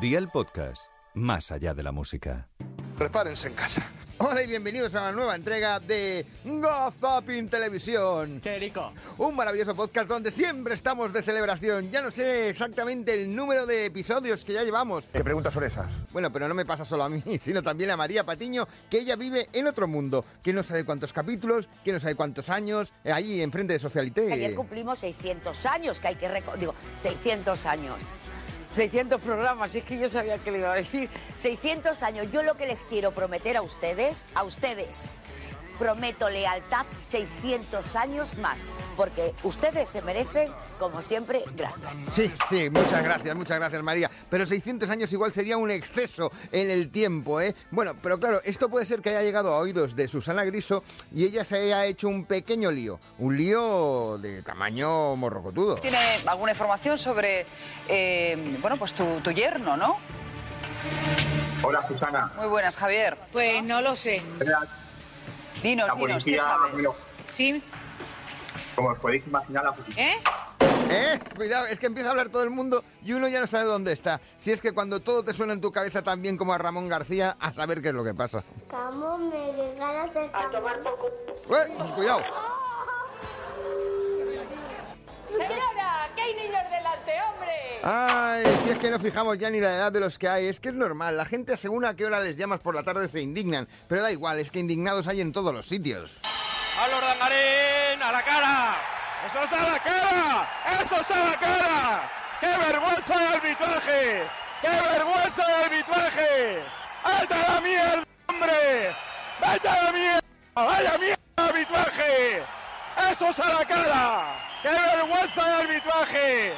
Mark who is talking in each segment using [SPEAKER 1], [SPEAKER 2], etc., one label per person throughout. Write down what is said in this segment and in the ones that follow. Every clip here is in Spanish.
[SPEAKER 1] Día el podcast, más allá de la música.
[SPEAKER 2] Prepárense en casa.
[SPEAKER 3] Hola y bienvenidos a una nueva entrega de Gazapin Televisión.
[SPEAKER 4] ¡Qué rico!
[SPEAKER 3] Un maravilloso podcast donde siempre estamos de celebración. Ya no sé exactamente el número de episodios que ya llevamos.
[SPEAKER 2] ¿Qué preguntas son esas?
[SPEAKER 3] Bueno, pero no me pasa solo a mí, sino también a María Patiño, que ella vive en otro mundo, que no sabe cuántos capítulos, que no sabe cuántos años, eh, ahí enfrente de Socialité.
[SPEAKER 5] Ayer cumplimos 600 años, que hay que reco- digo, 600 años. 600 programas, es que yo sabía que le iba a decir. 600 años, yo lo que les quiero prometer a ustedes, a ustedes, prometo lealtad 600 años más, porque ustedes se merecen, como siempre, gracias.
[SPEAKER 3] Sí, sí, muchas gracias, muchas gracias María. Pero 600 años igual sería un exceso en el tiempo, ¿eh? Bueno, pero claro, esto puede ser que haya llegado a oídos de Susana Griso y ella se haya hecho un pequeño lío, un lío de tamaño morrocotudo.
[SPEAKER 6] tiene alguna información sobre, eh, bueno, pues tu, tu yerno, ¿no?
[SPEAKER 7] Hola Susana,
[SPEAKER 6] Muy buenas, Javier.
[SPEAKER 8] Pues no lo sé.
[SPEAKER 6] Dinos,
[SPEAKER 7] la
[SPEAKER 6] dinos, ¿qué
[SPEAKER 7] policía, me lo-
[SPEAKER 6] sabes?
[SPEAKER 8] ¿Sí?
[SPEAKER 7] como os podéis imaginar, la policía
[SPEAKER 8] ¿Eh?
[SPEAKER 3] ¿Eh? Cuidado, es que empieza a hablar todo el mundo y uno ya no sabe dónde está. Si es que cuando todo te suena en tu cabeza tan bien como a Ramón García, a saber qué es lo que pasa.
[SPEAKER 9] Vamos, me regalas el jamón.
[SPEAKER 3] ¡Eh! Cuidado.
[SPEAKER 10] Señora, que hay niños delante, hombre.
[SPEAKER 3] Ay, si es que no fijamos ya ni la edad de los que hay, es que es normal. La gente según a qué hora les llamas por la tarde se indignan, pero da igual, es que indignados hay en todos los sitios.
[SPEAKER 4] ¡A los dangarín! ¡A la cara! ¡Eso es a la cara! ¡Eso es a la cara! ¡Qué vergüenza de arbitraje! ¡Qué vergüenza de arbitraje! ¡Vete a la mierda, hombre! ¡Vete a la mierda! ¡Vaya mierda de arbitraje! ¡Eso es a la cara! ¡Qué vergüenza de arbitraje!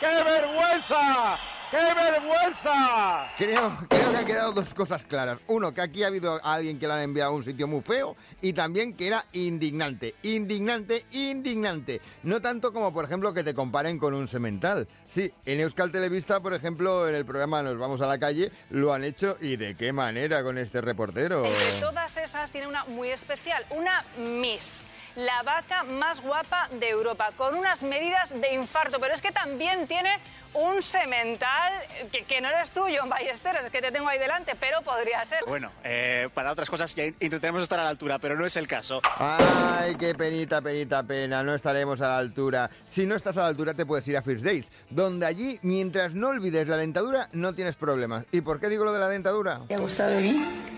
[SPEAKER 4] ¡Qué vergüenza! ¡Qué vergüenza!
[SPEAKER 3] Creo, creo que han quedado dos cosas claras. Uno, que aquí ha habido a alguien que la han enviado a un sitio muy feo y también que era indignante. Indignante, indignante. No tanto como, por ejemplo, que te comparen con un semental. Sí, en Euskal Televista, por ejemplo, en el programa Nos vamos a la calle, lo han hecho y de qué manera con este reportero.
[SPEAKER 10] Entre todas esas tiene una muy especial, una Miss, la vaca más guapa de Europa, con unas medidas de infarto, pero es que también tiene un semental que, que no eres tuyo, Ballesteros, es que te tengo ahí delante, pero podría ser.
[SPEAKER 11] Bueno, eh, para otras cosas ya in- intentaremos estar a la altura, pero no es el caso.
[SPEAKER 3] Ay, qué penita, penita, pena. No estaremos a la altura. Si no estás a la altura, te puedes ir a First Dates, donde allí, mientras no olvides la dentadura, no tienes problemas. ¿Y por qué digo lo de la dentadura?
[SPEAKER 5] ¿Te ha gustado bien?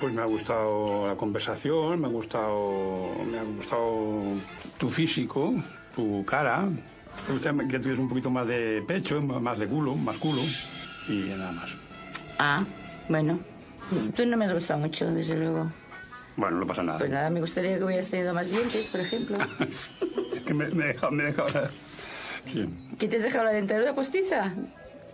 [SPEAKER 2] Pues me ha gustado la conversación, me ha gustado, me ha gustado tu físico, tu cara. Me gusta que tuvieras un poquito más de pecho, más de culo, más culo y nada más.
[SPEAKER 5] Ah, bueno. Tú no me has gustado mucho, desde luego. Pues
[SPEAKER 2] Bueno, no pasa nada.
[SPEAKER 5] nada, me gustaría que hubieras tenido más dientes, por ejemplo.
[SPEAKER 2] Es que me, me deja, me deja ahora. Sí,
[SPEAKER 5] ¿Qué te has dejado la dentadura postiza?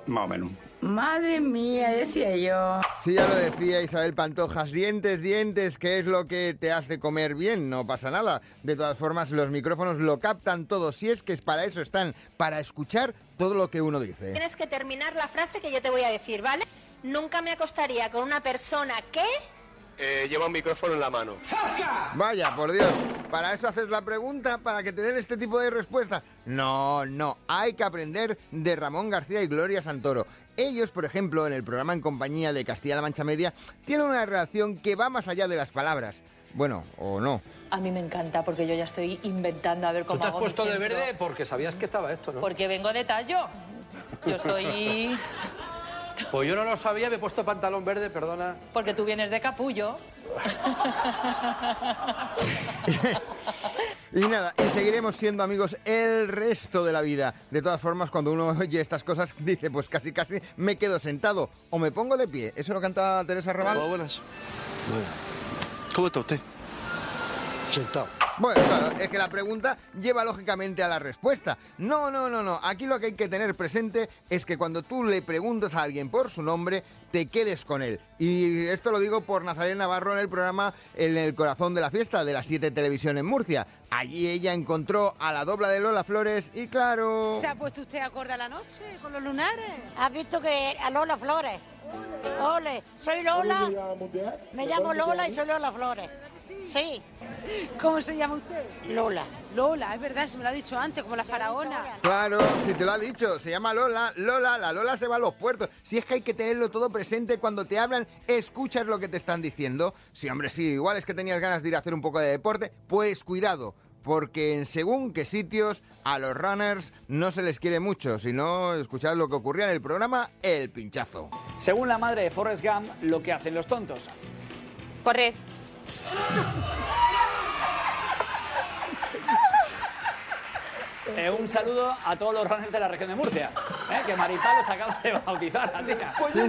[SPEAKER 2] más o menos.
[SPEAKER 5] Madre mía, decía yo.
[SPEAKER 3] Sí, ya lo decía Isabel Pantojas, dientes, dientes, que es lo que te hace comer bien, no pasa nada. De todas formas, los micrófonos lo captan todo, si es que es para eso están, para escuchar todo lo que uno dice.
[SPEAKER 9] Tienes que terminar la frase que yo te voy a decir, ¿vale? Nunca me acostaría con una persona que...
[SPEAKER 11] lleva un micrófono en la mano.
[SPEAKER 3] Vaya, por Dios, ¿para eso haces la pregunta? ¿Para que te den este tipo de respuesta? No, no, hay que aprender de Ramón García y Gloria Santoro. Ellos, por ejemplo, en el programa En Compañía de Castilla-La Mancha Media, tienen una relación que va más allá de las palabras. Bueno, o no.
[SPEAKER 10] A mí me encanta porque yo ya estoy inventando a ver
[SPEAKER 4] ¿Tú te has puesto de verde porque sabías que estaba esto, no?
[SPEAKER 10] Porque vengo de tallo. Yo soy...
[SPEAKER 4] Pues yo no lo sabía, me he puesto pantalón verde, perdona.
[SPEAKER 10] Porque tú vienes de capullo.
[SPEAKER 3] Y nada, y seguiremos siendo amigos el resto de la vida. De todas formas, cuando uno oye estas cosas, dice, pues casi casi me quedo sentado o me pongo de pie. Eso lo canta Teresa Raval.
[SPEAKER 11] buenas. ¿Cómo está usted?
[SPEAKER 4] Sentado.
[SPEAKER 3] Bueno, claro, es que la pregunta lleva lógicamente a la respuesta. No, no, no, no. Aquí lo que hay que tener presente es que cuando tú le preguntas a alguien por su nombre, te quedes con él. Y esto lo digo por Nazaret Navarro en el programa En el corazón de la fiesta de las 7 Televisión en Murcia. Allí ella encontró a la dobla de Lola Flores y claro...
[SPEAKER 8] ¿Se ha puesto usted acorde a la noche con los lunares?
[SPEAKER 9] ¿Has visto que a Lola Flores
[SPEAKER 5] Ole, soy Lola. Me llamo Lola y soy Lola Flores. Sí.
[SPEAKER 10] ¿Cómo se llama usted?
[SPEAKER 5] Lola.
[SPEAKER 10] Lola, es verdad, se me lo ha dicho antes, como la faraona.
[SPEAKER 3] Claro, si te lo ha dicho, se llama Lola, Lola, la Lola se va a los puertos. Si es que hay que tenerlo todo presente cuando te hablan, escuchas lo que te están diciendo. Sí, hombre, sí, igual es que tenías ganas de ir a hacer un poco de deporte, pues cuidado, porque en según qué sitios a los runners no se les quiere mucho, sino escuchad lo que ocurría en el programa El Pinchazo.
[SPEAKER 4] Según la madre de Forrest Gump, lo que hacen los tontos.
[SPEAKER 12] Corre.
[SPEAKER 4] Eh, un saludo a todos los runners de la región de Murcia, eh, que Maripá los acaba de bautizar, la tía.
[SPEAKER 3] Sí.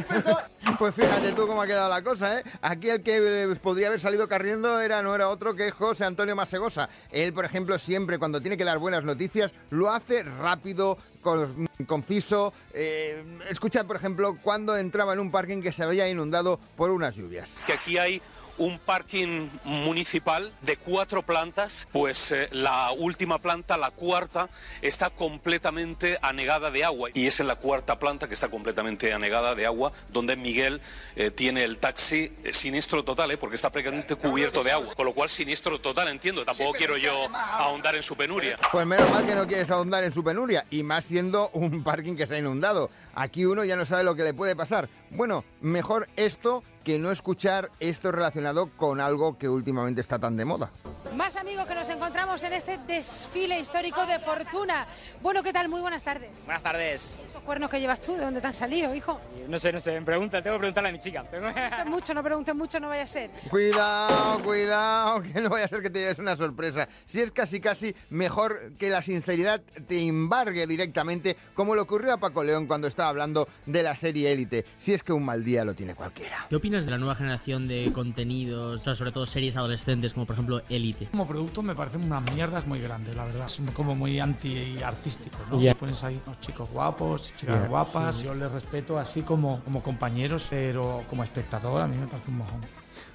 [SPEAKER 3] Pues fíjate tú cómo ha quedado la cosa, ¿eh? Aquí el que eh, podría haber salido carriendo era, no era otro que José Antonio Masegosa. Él, por ejemplo, siempre cuando tiene que dar buenas noticias, lo hace rápido, con- conciso. Eh, escuchad, por ejemplo, cuando entraba en un parking que se había inundado por unas lluvias.
[SPEAKER 13] que aquí hay un parking municipal de cuatro plantas, pues eh, la última planta, la cuarta, está completamente anegada de agua. Y es en la cuarta planta que está completamente anegada de agua, donde Miguel eh, tiene el taxi eh, siniestro total, ¿eh? porque está prácticamente cubierto de agua. Con lo cual, siniestro total, entiendo. Tampoco quiero yo ahondar en su penuria.
[SPEAKER 3] Pues menos mal que no quieres ahondar en su penuria, y más siendo un parking que se ha inundado. Aquí uno ya no sabe lo que le puede pasar. Bueno, mejor esto que no escuchar esto relacionado con algo que últimamente está tan de moda.
[SPEAKER 10] Más amigos que nos encontramos en este desfile histórico de fortuna. Bueno, ¿qué tal? Muy buenas tardes.
[SPEAKER 14] Buenas tardes.
[SPEAKER 10] ¿Esos cuernos que llevas tú? ¿De dónde te han salido, hijo?
[SPEAKER 14] No sé, no sé, me pregunta, tengo que preguntarle a mi chica. Tengo-
[SPEAKER 10] No preguntes mucho, no preguntes mucho, no vaya a ser.
[SPEAKER 3] Cuidado, cuidado, que no vaya a ser que te lleves una sorpresa. Si es casi casi mejor que la sinceridad te embargue directamente, como le ocurrió a Paco León cuando estaba hablando de la serie Élite. Si es que un mal día lo tiene cualquiera.
[SPEAKER 15] ¿Qué opinas de la nueva generación de contenidos, o sea, sobre todo series adolescentes como por ejemplo Elite?
[SPEAKER 16] Como producto me parecen unas mierdas muy grandes, la verdad. Son como muy anti-artístico, ¿no?
[SPEAKER 15] Ya.
[SPEAKER 16] Pones ahí unos chicos guapos, chicas
[SPEAKER 15] Ya,
[SPEAKER 16] guapas.
[SPEAKER 15] sí.
[SPEAKER 16] Yo les respeto así como, como compañeros, pero como espectador a mí me parece un mojón.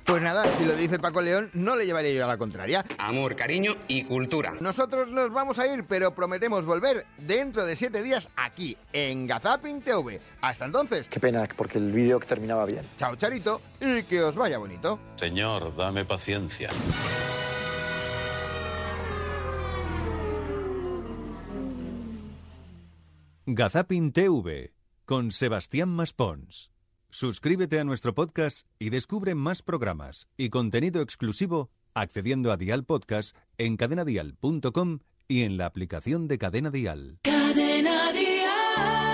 [SPEAKER 3] Pues nada, si lo dice Paco León, no le llevaré yo a la contraria. Amor, cariño y cultura. Nosotros nos vamos a ir, pero prometemos volver dentro de siete días aquí, en Gazapin TV. Hasta entonces,
[SPEAKER 17] Qué pena, porque el vídeo terminaba bien.
[SPEAKER 3] chao Charito y que os vaya bonito.
[SPEAKER 2] Señor, dame paciencia.
[SPEAKER 1] Gazapin TV con Sebastián Maspons. Suscríbete a nuestro podcast y descubre más programas y contenido exclusivo accediendo a Dial Podcast en cadenadial.com y en la aplicación de Cadena Dial.
[SPEAKER 18] Cadena Dial.